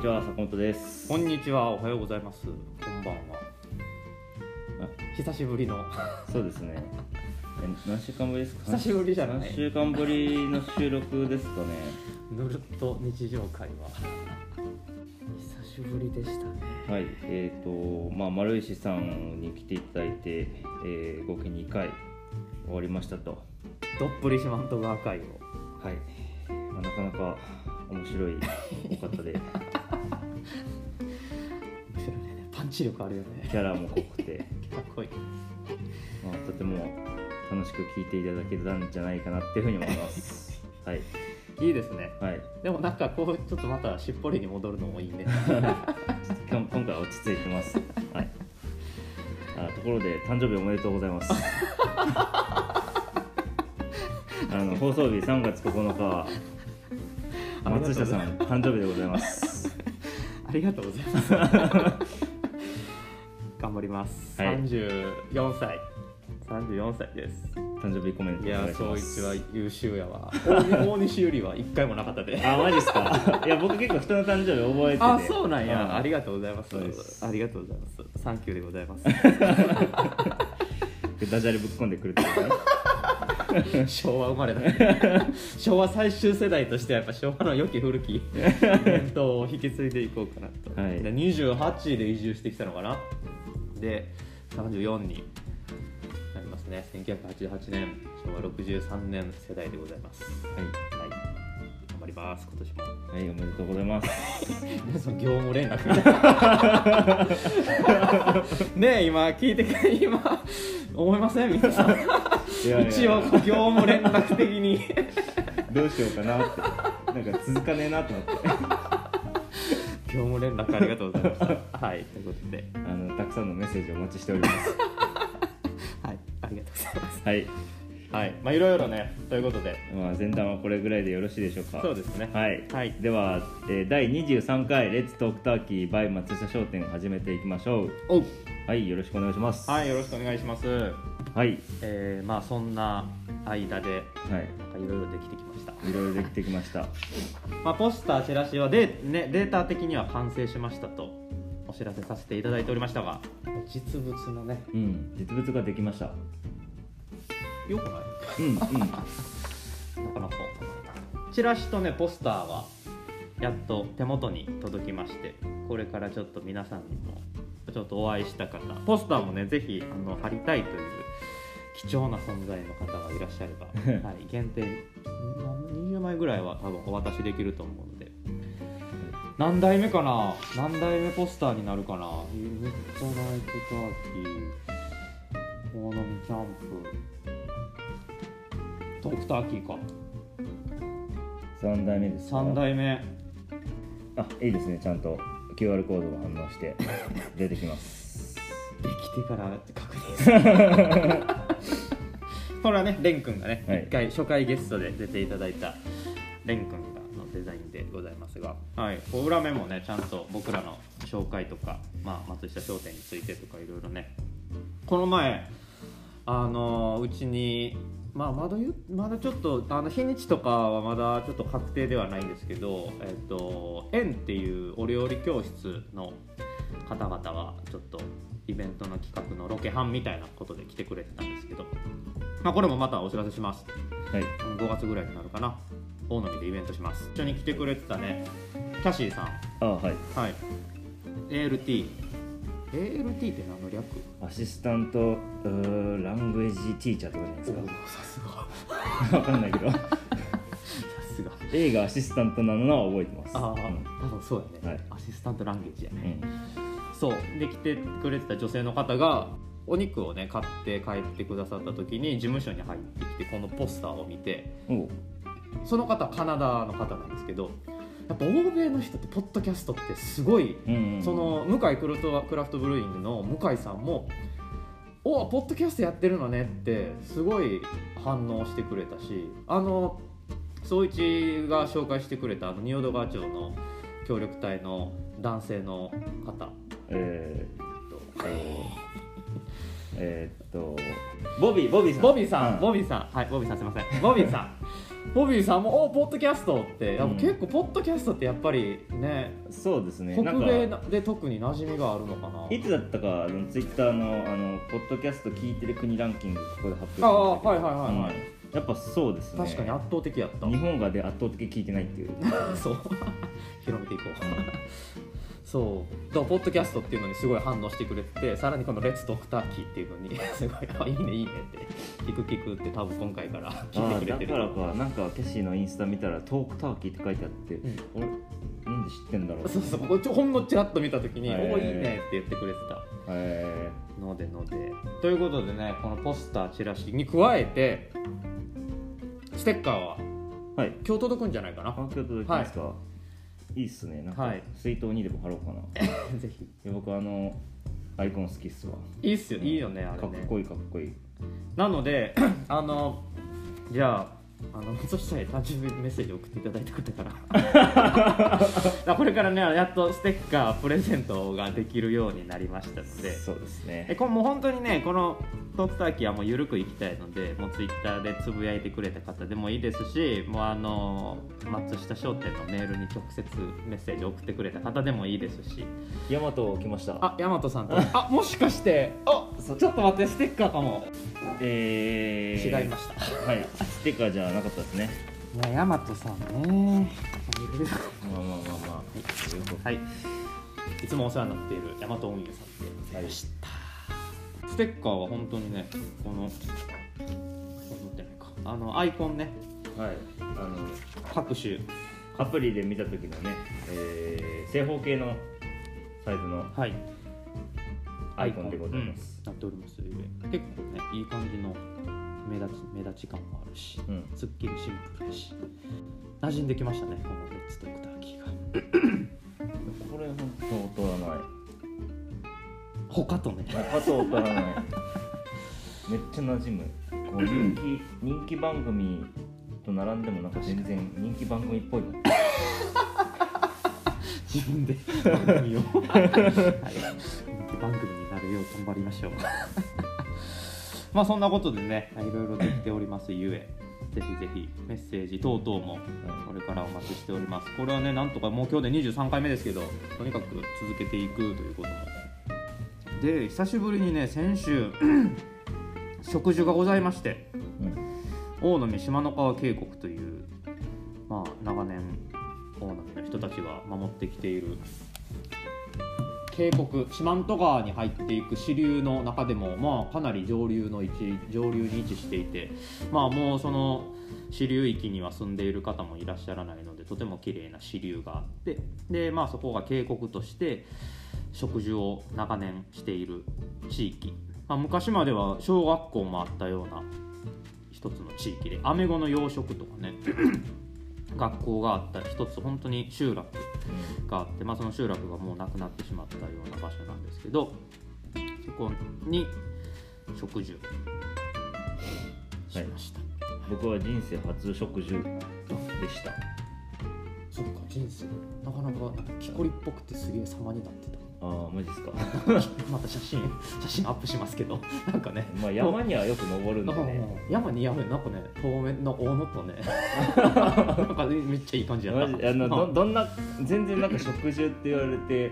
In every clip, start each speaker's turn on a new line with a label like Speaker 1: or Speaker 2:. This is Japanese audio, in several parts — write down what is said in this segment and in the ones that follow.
Speaker 1: ちは坂本です
Speaker 2: こんにちは、おはようございます。こんばんは。久しぶりの。
Speaker 1: そうですねえ何週間ぶりですか
Speaker 2: 久しぶりじゃない
Speaker 1: 何週間ぶりの収録ですかね
Speaker 2: ぬるっと日常会話。久しぶりでしたね。
Speaker 1: はいえっ、とまあ丸石さんに来ていただいて、えー、合計2回終わりましたと
Speaker 2: どっぷり四万十川会を。
Speaker 1: はい、まあ、なかなか面白いお方で
Speaker 2: 面白いね。パンチ力あるよね。
Speaker 1: キャラも濃くて、
Speaker 2: かっこいい。
Speaker 1: まあ、とても楽しく聞いていただけたんじゃないかなっていうふうに思いますはい
Speaker 2: いいですね。
Speaker 1: はい
Speaker 2: でもなんかこうちょっとまたしっぽりに戻るのもいいね。
Speaker 1: 今日今回は落ち着いて ます。はい。あところで誕生日おめでとうござい ます。あの放送日3月9日
Speaker 2: ありがとうご
Speaker 1: 松
Speaker 2: ざいま
Speaker 1: 下
Speaker 2: す
Speaker 1: さん誕生日でございます。
Speaker 2: ありがとうございます。 頑張ります。
Speaker 1: はい
Speaker 2: 三十四歳。三十四歳です。
Speaker 1: 誕生日コメント
Speaker 2: い
Speaker 1: お
Speaker 2: や
Speaker 1: 願い
Speaker 2: ー、
Speaker 1: しま
Speaker 2: 総
Speaker 1: す。
Speaker 2: 一は優秀やわ。大大西よりは一回もなかったで。
Speaker 1: あマジっすか。 いや僕結構人の誕生日覚えてて。
Speaker 2: あ、そうなんや。あり
Speaker 1: が
Speaker 2: がとうございま
Speaker 1: そうです
Speaker 2: す。ありがとうございます。サンキューでございます。
Speaker 1: ダジャレぶっ込んでくるってことね。
Speaker 2: 昭和生まれだ。 昭和最終世代としてはやっぱ昭和の良き古 き伝統を引き継いでいこうかなと。
Speaker 1: はい
Speaker 2: で28で移住してきたのかな。で、34になりますね。1988年、昭和63年世代でございます。はい。頑張ります、今年も。
Speaker 1: はいはいおめでとうございます。
Speaker 2: 皆さん業務連絡ねえ今聞いてくれ今思いません皆さん
Speaker 1: いやいや
Speaker 2: 一応業務連絡的に
Speaker 1: どうしようかなってなんか続かねえなと思って。
Speaker 2: 業務連絡ありがとうございました はいということで
Speaker 1: あのたくさんのメッセージお待ちしております。
Speaker 2: はいありがとうございます
Speaker 1: はい。
Speaker 2: はいまあいろいろねということで
Speaker 1: まあ、前段はこれぐらいでよろしいでしょうか
Speaker 2: そうですね
Speaker 1: はい、
Speaker 2: はい
Speaker 1: では、えー、第23回「レッツトークターキー by 松下商店」始めていきましょう
Speaker 2: お
Speaker 1: はいよろしくお願いします
Speaker 2: はいいよろしくお願いします
Speaker 1: はい、
Speaker 2: えー、まあそんな間で
Speaker 1: は
Speaker 2: なんかいろいろできてきました
Speaker 1: い、いろいろできてきました
Speaker 2: まあ、ポスターチラシはデ,、ね、データ的には完成しましたとお知らせさせていただいておりましたが実物のね
Speaker 1: うん実物ができました
Speaker 2: よくない
Speaker 1: うんうん
Speaker 2: なかなかチラシとねポスターはやっと手元に届きましてこれからちょっと皆さんにもちょっとお会いした方ポスターもねぜひあの貼りたいという貴重な存在の方がいらっしゃれば、はい、限定ん20枚ぐらいは多分お渡しできると思うので何代目かな何代目ポスターになるかなユニットナイトターキー大波キャンプドクターキーか
Speaker 1: 3代目ですか
Speaker 2: 3代目
Speaker 1: あいいですねちゃんと QR コードが反応して出てきます
Speaker 2: できてから確認する これはね蓮くんがね、
Speaker 1: はい
Speaker 2: 1回初回ゲストで出ていただいた蓮くんがのデザインでございますが、はい、こう裏面もねちゃんと僕らの紹介とか、まあ、松下商店についてとかいろいろねこの前あのうちにまあまだゆまだちょっとあの日にちとかはまだちょっと確定ではないんですけどえっと園っていうお料理教室の方々がちょっとイベントの企画のロケ班みたいなことで来てくれてたんですけど、まあ、これもまたお知らせします
Speaker 1: はい
Speaker 2: 5月ぐらいになるかな大野木でイベントします一緒に来てくれてたねキャシーさん
Speaker 1: あはい
Speaker 2: はい ALT ALT って何の略
Speaker 1: アシスタントうーラングエージティーチャーとかじゃないです
Speaker 2: さすが
Speaker 1: かわかんないけ ど
Speaker 2: さすが
Speaker 1: 映画アシスタントなのは覚えてます
Speaker 2: ああ、
Speaker 1: うん
Speaker 2: 多分そうやね、
Speaker 1: はい
Speaker 2: アシスタントランゲージやね、
Speaker 1: うん
Speaker 2: そうで来てくれてた女性の方がお肉をね買って帰ってくださった時に事務所に入ってきてこのポスターを見て
Speaker 1: おう
Speaker 2: その方はカナダの方なんですけどやっぱ欧米の人ってポッドキャストってすごい
Speaker 1: うんうん
Speaker 2: その向井クルトワクラフトブルーイングの向井さんも「おポッドキャストやってるのね」ってすごい反応してくれたしあの総一が紹介してくれたあの仁淀川町の協力隊の男性の方
Speaker 1: えーっとえーっとボビーボビーさん
Speaker 2: ボビーさん、
Speaker 1: うん
Speaker 2: ボビーさんはいボビーさんすいませんボビーさんボビーさんも「おポッドキャスト」って、やっぱ
Speaker 1: うん
Speaker 2: 結構ポッドキャストってやっぱりね
Speaker 1: そうですね
Speaker 2: 北米
Speaker 1: なんか
Speaker 2: で特に馴染みがあるのかない
Speaker 1: つだったかあのツイッターのあのポッドキャスト聞いてる国ランキングここで発表し
Speaker 2: あ
Speaker 1: ま
Speaker 2: あ
Speaker 1: したけど
Speaker 2: はいはいはいはい、
Speaker 1: うんやっぱそうですね
Speaker 2: 確かに圧倒的やった
Speaker 1: 日本がで圧倒的に聞いてないっていう
Speaker 2: そう 広めていこうそうだからポッドキャストっていうのにすごい反応してくれててさらにこの「レッツドクターキー」っていうのに すごいあ「いいねいいね」って「聞く聞く」って多分今回から聞いて
Speaker 1: あ
Speaker 2: く
Speaker 1: ー
Speaker 2: れ
Speaker 1: だ
Speaker 2: てる
Speaker 1: からかなんかキャシーのインスタ見たら「トークターキー」って書いてあって、
Speaker 2: ん
Speaker 1: 俺なんで知ってんだろう
Speaker 2: そうそうこれちょほんのちらっと見た時に「
Speaker 1: へ
Speaker 2: お
Speaker 1: ー
Speaker 2: おいいね」って言ってくれてた
Speaker 1: え
Speaker 2: のでのでということでねこのポスターチラシに加えてステッカーは
Speaker 1: ー、はい
Speaker 2: 今日届くんじゃないかな
Speaker 1: 環境届きますか、い、いっすねなんか、
Speaker 2: はい
Speaker 1: 水筒にでも貼ろうかない
Speaker 2: ぜひ
Speaker 1: や僕あのアイコン好きっすわ
Speaker 2: いいっすよいいよねあれね
Speaker 1: かっこいいかっこいい
Speaker 2: なので あのじゃああのそしたら誕生日メッセージ送っていただいた方からだから これからねやっとステッカープレゼントができるようになりましたので
Speaker 1: そうです
Speaker 2: え
Speaker 1: ね
Speaker 2: これもう本当にねこのトークターキーはもう緩くいきたいのでもうツイッターでつぶやいてくれた方でもいいですしもうあの松下商店のメールに直接メッセージ送ってくれた方でもいいですし
Speaker 1: ヤマト来ました
Speaker 2: あ大和さんとあもしかしてあちょっと待ってステッカーかも、
Speaker 1: えー、
Speaker 2: 違いました
Speaker 1: たはいステッカーじゃなかったですね
Speaker 2: ね、大和さんね。
Speaker 1: まあまあまあまあそういうこと
Speaker 2: はい。いつもお世話になっている大和運輸さんでございました。ステッカーは本当にね、この。持ってないか。あのアイコンね、
Speaker 1: はいあ
Speaker 2: 各種。
Speaker 1: のアプリで見た時のね、えー、正方形のサイズの
Speaker 2: はい。
Speaker 1: アイコンでございます、
Speaker 2: うんなっております。結構ね、いい感じの。目立ち、目立ち感もあるし。
Speaker 1: うん
Speaker 2: すっきりシンプルだし。馴染んできましたね。このレッツドクターキーが。
Speaker 1: これ本当劣らない
Speaker 2: 他とね。
Speaker 1: あと分からないめっちゃ馴染むこう人気人気番組と並んでもなんか全然人気番組っぽいな
Speaker 2: 自分で番組を、はい、番組になるよう頑張りましょうまあそんなことでねいろいろできておりますゆえぜひぜひメッセージ等々もこれからお待ちしておりますこれはねなんとかもう今日で23回目ですけどとにかく続けていくということもで久しぶりにね先週食事がございまして
Speaker 1: うん
Speaker 2: 大野三島の川渓谷という、まあ、長年大野の人たちが守ってきている渓谷四万十川に入っていく支流の中でも、まあ、かなり上流の位置上流に位置していて、まあ、もうその支流域には住んでいる方もいらっしゃらないのでとても綺麗な支流があってで、まあ、そこが渓谷として植樹を長年している地域、まあ、昔までは小学校もあったような一つの地域でアメゴの養殖と かね学校があったり一つ本当に集落があって、まあ、その集落がもうなくなってしまったような場所なんですけどそこに植樹しました、
Speaker 1: 僕は人生初食事でした
Speaker 2: そっか人生なかなかなんか木こりっぽくてすげえ様になってた
Speaker 1: ああマジ ですか
Speaker 2: また写真写真アップしますけどなんかね
Speaker 1: まあ山にはよく登るん
Speaker 2: な
Speaker 1: で
Speaker 2: ん か
Speaker 1: ね
Speaker 2: もう山に山になんかね透明の大野と ねなんかめっちゃいい感じやった
Speaker 1: マジあの
Speaker 2: うん
Speaker 1: どどんな全然なんか食事って言われて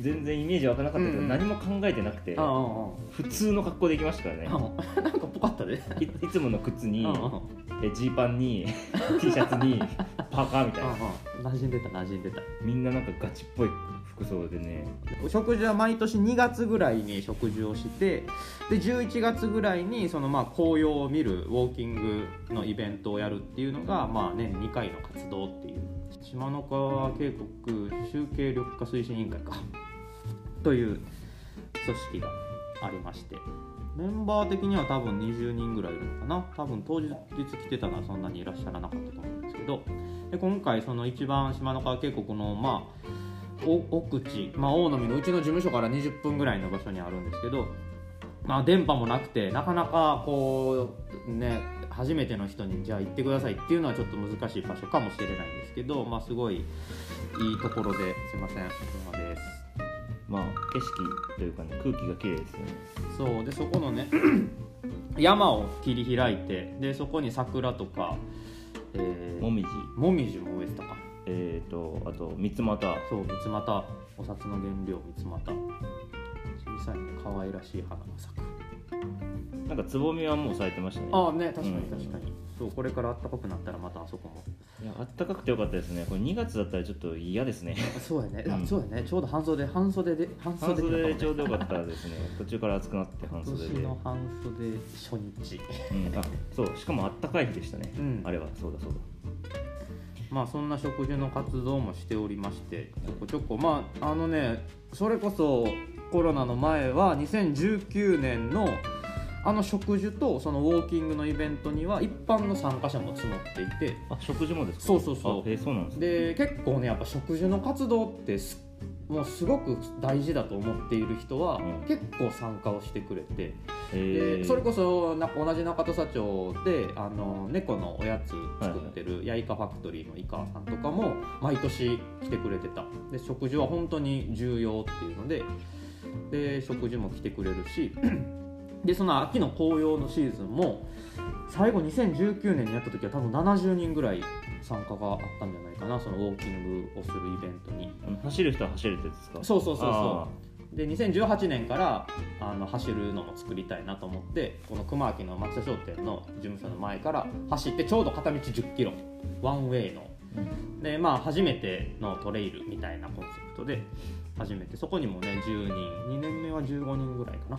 Speaker 1: 全然イメージ湧かなかったけど、
Speaker 2: うんうん
Speaker 1: 何も考えてなくて
Speaker 2: ああああ
Speaker 1: 普通の格好で行きましたからね
Speaker 2: あなんかぽかったで、
Speaker 1: いいつもの靴
Speaker 2: うん
Speaker 1: に
Speaker 2: うんうん
Speaker 1: えジーパン に T シャツにパーカーみたいな
Speaker 2: 馴染んでた馴染んでた
Speaker 1: みんななんかガチっぽい服装でね
Speaker 2: 食事は毎年2月ぐらいに食事をしてで11月ぐらいにそのまあ紅葉を見るウォーキングのイベントをやるっていうのがまあ年2回の活動っていう島の川渓谷集計緑化推進委員会か という組織がありましてメンバー的には多分20人ぐらいいるのかな多分当日来てたのはそんなにいらっしゃらなかったと思うんですけどで今回その一番島の川渓谷のまあお奥地、まあ、大波のうちの事務所から20分ぐらいの場所にあるんですけど、まあ、電波もなくてなかなかこうね初めての人にじゃあ行ってくださいっていうのはちょっと難しい場所かもしれないんですけど、まあ、すごいいいところですいません車です
Speaker 1: まあ景色というかね空気が綺麗ですよね
Speaker 2: そうでそ このね山を切り開いてでそこに桜とかえー
Speaker 1: もみじ
Speaker 2: もみじも植えてたか
Speaker 1: えっ、とあと三つ股
Speaker 2: そう三つ股お札の原料三つ股小さいね可愛らしい花が咲く
Speaker 1: なんかつぼみはもう咲いてましたね
Speaker 2: ああね確かに
Speaker 1: うん
Speaker 2: 確かに、そうこれから暖かくなったらまたあそこも
Speaker 1: いやあったかくてよかったですねこれ2月だったらちょっと嫌ですね
Speaker 2: あそうやね、
Speaker 1: うん
Speaker 2: あそうやねちょうど半袖半袖で半
Speaker 1: 半
Speaker 2: で
Speaker 1: 袖でちょうど
Speaker 2: 今
Speaker 1: よかったですね途中から暑くなって半袖
Speaker 2: 年
Speaker 1: で、
Speaker 2: の半袖初日
Speaker 1: うん、あそうしかもあったかい日でしたね、
Speaker 2: うん
Speaker 1: あれはそうだそうだ
Speaker 2: まあそんな食事の活動もしておりましてちょこちょこまああのねそれこそコロナの前は2019年のあの食事とそのウォーキングのイベントには一般の参加者も募っていて
Speaker 1: あ食事もですか
Speaker 2: そうそうそう
Speaker 1: あへえそうなんですね
Speaker 2: で結構ねやっぱ食事の活動ってすもうすごく大事だと思っている人は
Speaker 1: うん
Speaker 2: 結構参加をしてくれて、
Speaker 1: へ
Speaker 2: で
Speaker 1: え
Speaker 2: それこそな同じ中土佐町であの猫のおやつ作ってるやいかファクトリーの井川さんとかも毎年来てくれてたで食事は本当に重要っていうのでで食事も来てくれるし でその秋の紅葉のシーズンも最後2019年にやった時は多分70人ぐらい参加があったんじゃないかなそのウォーキングをするイベントに。
Speaker 1: あの走る人は走るってやつですか
Speaker 2: そうそうそうそう
Speaker 1: あ
Speaker 2: で2018年からあの走るのも作りたいなと思ってこの熊明の松田商店の事務所の前から走ってちょうど片道1 0キロワンウェイの
Speaker 1: ー
Speaker 2: でまあ初めてのトレイルみたいなコンセプトで初めてそこにもね10人2年目は15人ぐらいかな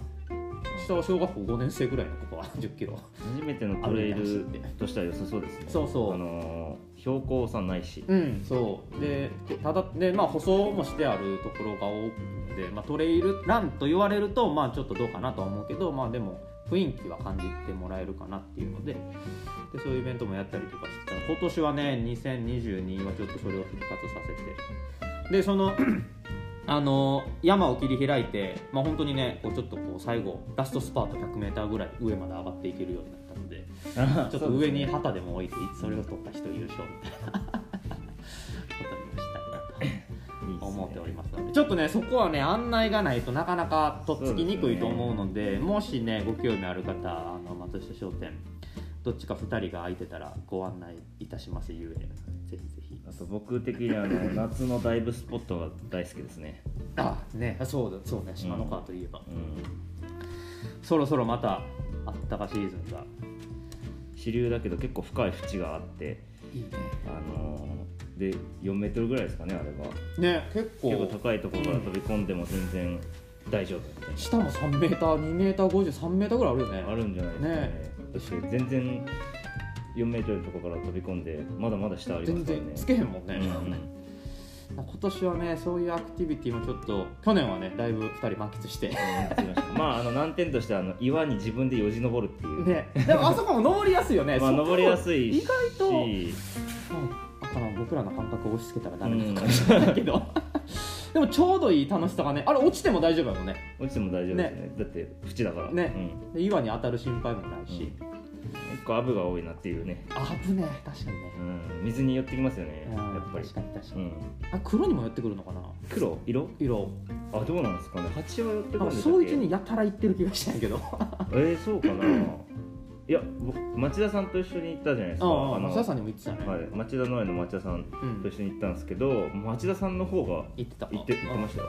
Speaker 2: 下は小学校5年生ぐらいの子は1 0キロ
Speaker 1: 初めてのトレイル
Speaker 2: 歩いて走って
Speaker 1: としては良さそうですね
Speaker 2: そうそう
Speaker 1: あのー標高差ないし、
Speaker 2: うんそうでただでまあ舗装もしてあるところが多くて、まあ、トレイルランと言われるとまあちょっとどうかなとは思うけどまあでも雰囲気は感じてもらえるかなっていうのででそういうイベントもやったりとかしてたの今年はね2022はちょっとそれを復活させてでその あの山を切り開いて、まあ本当にねこうちょっとこう最後ラストスパート 100m ぐらい上まで上がっていけるようになったのでちょっと上に旗でも置いてそれを取った人優勝みたいなことにしたい
Speaker 1: いい
Speaker 2: な
Speaker 1: っすね
Speaker 2: と思っておりますのでちょっとねそこはね案内がないとなかなかとっつきにくいと思うのでもしねご興味ある方あの松下商店どっちか2人が空いてたらご案内いたしますゆえぜひぜひ
Speaker 1: あと僕的にはあ の夏のダイブスポットが大好きですね、
Speaker 2: あねそうだそうね島の川といえば、
Speaker 1: うん、
Speaker 2: そろそろまたあったかシーズンが
Speaker 1: 支流だけど結構深い縁があって
Speaker 2: いいね
Speaker 1: あのーで4メートルぐらいですかねあれは
Speaker 2: ね結構
Speaker 1: 結構高いところから飛び込んでも全然大丈夫みたい
Speaker 2: 下も 3m2m50m3m ぐらいあるよね
Speaker 1: なあるんじゃないですかねだって全然4メートルのところから飛び込んでまだまだ下ありま
Speaker 2: 全
Speaker 1: すから
Speaker 2: 然
Speaker 1: ね
Speaker 2: つけへんもんね、
Speaker 1: うんうん
Speaker 2: 今年はねそういうアクティビティもちょっと去年はねだいぶ2人満喫して
Speaker 1: まああの難点としてはあの岩に自分でよじ登るっていう、
Speaker 2: ねでもあそこも登りやすいよ ね
Speaker 1: まあ
Speaker 2: そこも
Speaker 1: 登りやすいし
Speaker 2: 意外と、うん、だから僕らの感覚を押し付けたらダメなのかも
Speaker 1: うん
Speaker 2: しれないけ ど でもちょうどいい楽しさがねあれ落ちても大丈夫やもんね
Speaker 1: 落ちても大丈夫ですねだって縁だから、
Speaker 2: ね
Speaker 1: うん
Speaker 2: で岩に当たる心配もないし、
Speaker 1: 結構アブが多いなっていうね、
Speaker 2: あ危ねえ確かにね
Speaker 1: うん、水に寄ってきますよね
Speaker 2: うん
Speaker 1: やっぱり
Speaker 2: 確、かに確か
Speaker 1: う
Speaker 2: に、
Speaker 1: ん、
Speaker 2: あ黒にも寄ってくるのかな
Speaker 1: 黒色
Speaker 2: 色
Speaker 1: あどうなんですかね蜂は寄ってく
Speaker 2: な
Speaker 1: る
Speaker 2: ん
Speaker 1: ん
Speaker 2: か
Speaker 1: です
Speaker 2: そういう気にやたら行ってる気がしたんやけど
Speaker 1: えー、そうかないや僕町田さんと一緒に行ったじゃないです
Speaker 2: あ
Speaker 1: か
Speaker 2: あ
Speaker 1: の
Speaker 2: あ松田さんにも言ってたね、
Speaker 1: はい、町田農園の町田さん
Speaker 2: うん
Speaker 1: と一緒に行ったんですけど、町田さんの方が
Speaker 2: 行ってた
Speaker 1: 行って行ってましたよ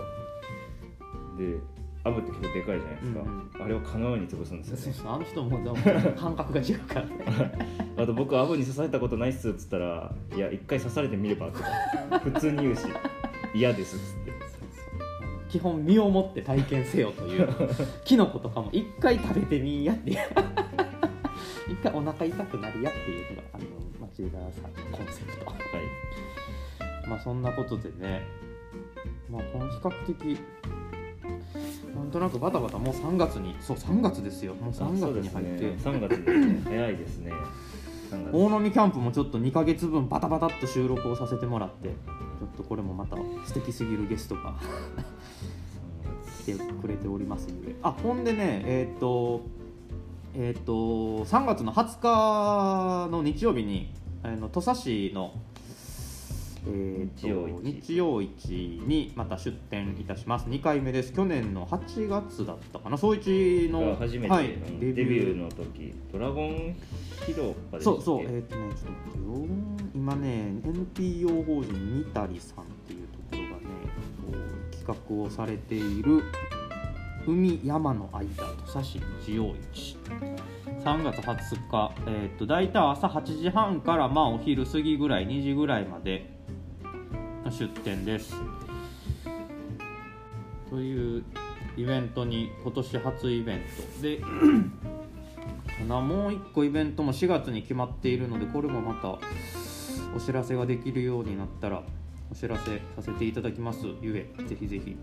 Speaker 1: でアブって結構でかいじゃないですか、
Speaker 2: うん
Speaker 1: あれをかのように潰すんです
Speaker 2: そ
Speaker 1: よ
Speaker 2: う
Speaker 1: ね
Speaker 2: そうあの人もでも感覚が違うからね
Speaker 1: あと僕アブに刺されたことないっすっつったら「いや一回刺されてみれば」とか普通に言うし「嫌です」っつって
Speaker 2: 基本身をもって体験せよという キノコとかも一回食べてみいやっていう 一回お腹痛くなりやっていうのがあの町田さんのコンセプト
Speaker 1: はい
Speaker 2: まあそんなことでねまあこの比較的なんとなくバタバタもう3月にそう3月ですよもう3月
Speaker 1: そうで
Speaker 2: に
Speaker 1: す
Speaker 2: 入って、
Speaker 1: ね3月ですね早いですね3月
Speaker 2: 大飲みキャンプもちょっと2ヶ月分バタバタっと収録をさせてもらってちょっとこれもまた素敵すぎるゲストが来てくれておりますのであほんでねえーっとえーっと3月の20日の日曜日にあの土佐市のええーと
Speaker 1: 日曜市
Speaker 2: 日曜市にまた出店いたします2回目です去年の8月だったかな総一の
Speaker 1: が初めて、
Speaker 2: はい
Speaker 1: うん
Speaker 2: デ
Speaker 1: デ
Speaker 2: ビ
Speaker 1: ビ
Speaker 2: ュー
Speaker 1: ューの時ドラゴン広場でしたっけ
Speaker 2: そうそうえっ、とねちょっと待ってよ今ね NPO 法人にたりさんっていうところがねこう企画をされている海山の間土佐市日曜市3月20日、えー、と大体朝8時半からまあお昼過ぎぐらい2時ぐらいまでの出店ですというイベントに今年初イベントでかなもう一個イベントも4月に決まっているのでこれもまたお知らせができるようになったらお知らせさせていただきますゆえぜひぜひ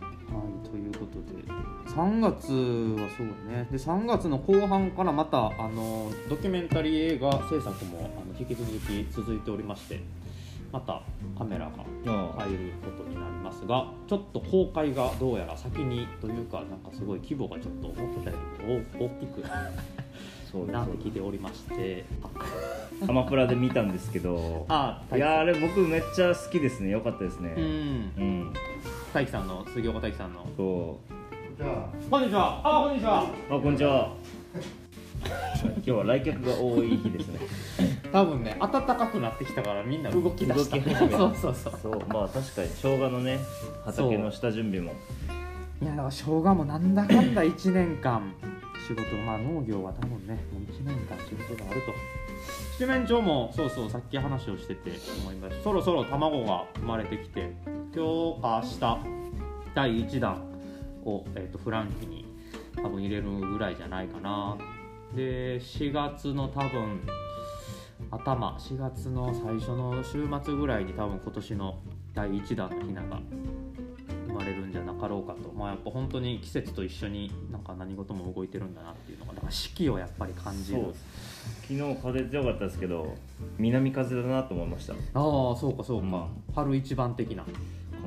Speaker 2: はいということで3月はそうねで3月の後半からまたあのドキュメンタリー映画制作もあの引き続き続いておりましてまたカメラが
Speaker 1: ああ
Speaker 2: 入ることになりますがちょっと公開がどうやら先にというかなんかすごい規模がちょっと思ってたより大大きく
Speaker 1: そうです
Speaker 2: なっ
Speaker 1: そ
Speaker 2: て
Speaker 1: う
Speaker 2: きておりまして
Speaker 1: ですアマプラで見たんですけど
Speaker 2: あ
Speaker 1: いやーあれ僕めっちゃ好きですね良かったです
Speaker 2: う
Speaker 1: ね
Speaker 2: ん
Speaker 1: うん、
Speaker 2: 大樹さんの杉岡大樹さんの
Speaker 1: そう
Speaker 3: じゃ
Speaker 2: こんにちはあこんにちは
Speaker 1: あこんにち は今日は来客が多い日ですね
Speaker 2: 多分ね暖かくなってきたからみんな動き出した
Speaker 1: 動き始めた
Speaker 2: そうそうそう
Speaker 1: そうまあ確かに生姜のね畑の下準備も
Speaker 2: いやだから生姜もなんだかんだ1年間仕事まあ農業は多分ねもう1年間仕事があると七面鳥もそうそうさっき話をしてて思いましたそろそろ卵が生まれてきて今日か明日第1弾を、えー、とフランキに多分入れるぐらいじゃないかなで4月の多分頭4月の最初の週末ぐらいに多分今年の第1弾のヒナが生まれるんじゃなかろうかとまあやっぱ本当に季節と一緒になんか何事も動いてるんだなっていうのがだから四季をやっぱり感じる
Speaker 1: そう昨日風強かったですけど南風だなと思いましたか
Speaker 2: ああそうかそうか、
Speaker 1: うん
Speaker 2: 春一番的な、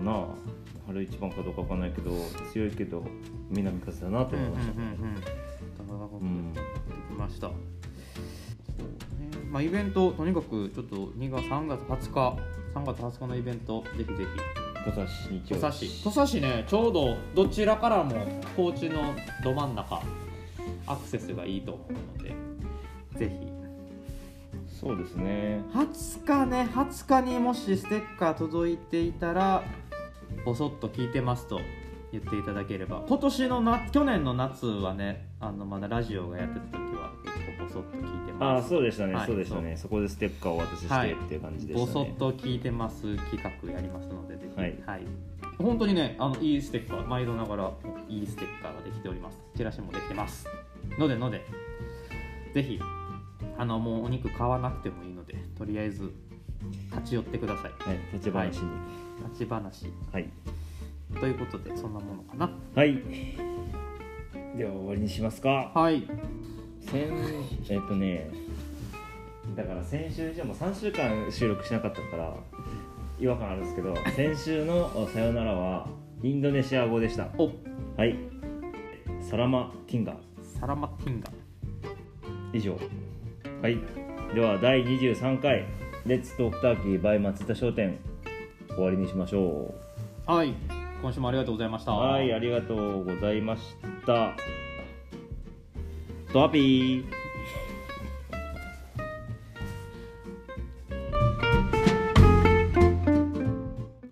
Speaker 1: な春一番かどうかわかんないけど強いけど南風だなと思いました、う
Speaker 2: うん
Speaker 1: ん
Speaker 2: できました、そうねまあ、イベントとにかくちょっと2月3月20日3月20日のイベントぜひぜ
Speaker 1: 土佐市
Speaker 2: ひ
Speaker 1: 日
Speaker 2: 土
Speaker 1: 曜
Speaker 2: 佐市土佐市ねちょうどどちらからも高知のど真ん中アクセスがいいと思うのでぜひ
Speaker 1: そうですね
Speaker 2: 20日ね20日にもしステッカー届いていたらぼそっと聞いてますと言っていただければ今年のな去年の夏はねあのまだラジオがやってた時は結構ぼそっと聞いて
Speaker 1: あ
Speaker 2: ま
Speaker 1: あ
Speaker 2: す
Speaker 1: そうでしたね、
Speaker 2: はい
Speaker 1: そうでしたねそこでステッカーをお渡しして、
Speaker 2: はい
Speaker 1: っていう感じで
Speaker 2: ぼ
Speaker 1: した
Speaker 2: そ
Speaker 1: ね
Speaker 2: っと聞いてます企画やりますのでぜひ
Speaker 1: はい
Speaker 2: 本当にねあのいいステッカー毎度ながらいいステッカーができておりますチラシもできてますのでのでぜひあのもうお肉買わなくてもいいのでとりあえず立ち寄ってください
Speaker 1: はい立ち話に
Speaker 2: 立ち話
Speaker 1: はい
Speaker 2: ということでそんなものかな
Speaker 1: はい、では終わりにしますか
Speaker 2: はい
Speaker 1: 先えっとねだから先週じゃもう3週間収録しなかったから違和感あるんですけど先週の「さよなら」はインドネシア語でした
Speaker 2: お
Speaker 1: はいサラマティンガ
Speaker 2: サラマティンガ
Speaker 1: 以上はいでは第23回「レッツトークターキー by 松田商店」終わりにしましょ
Speaker 2: はい今週もありがとうございました
Speaker 1: うはいありがとうございましたドアピー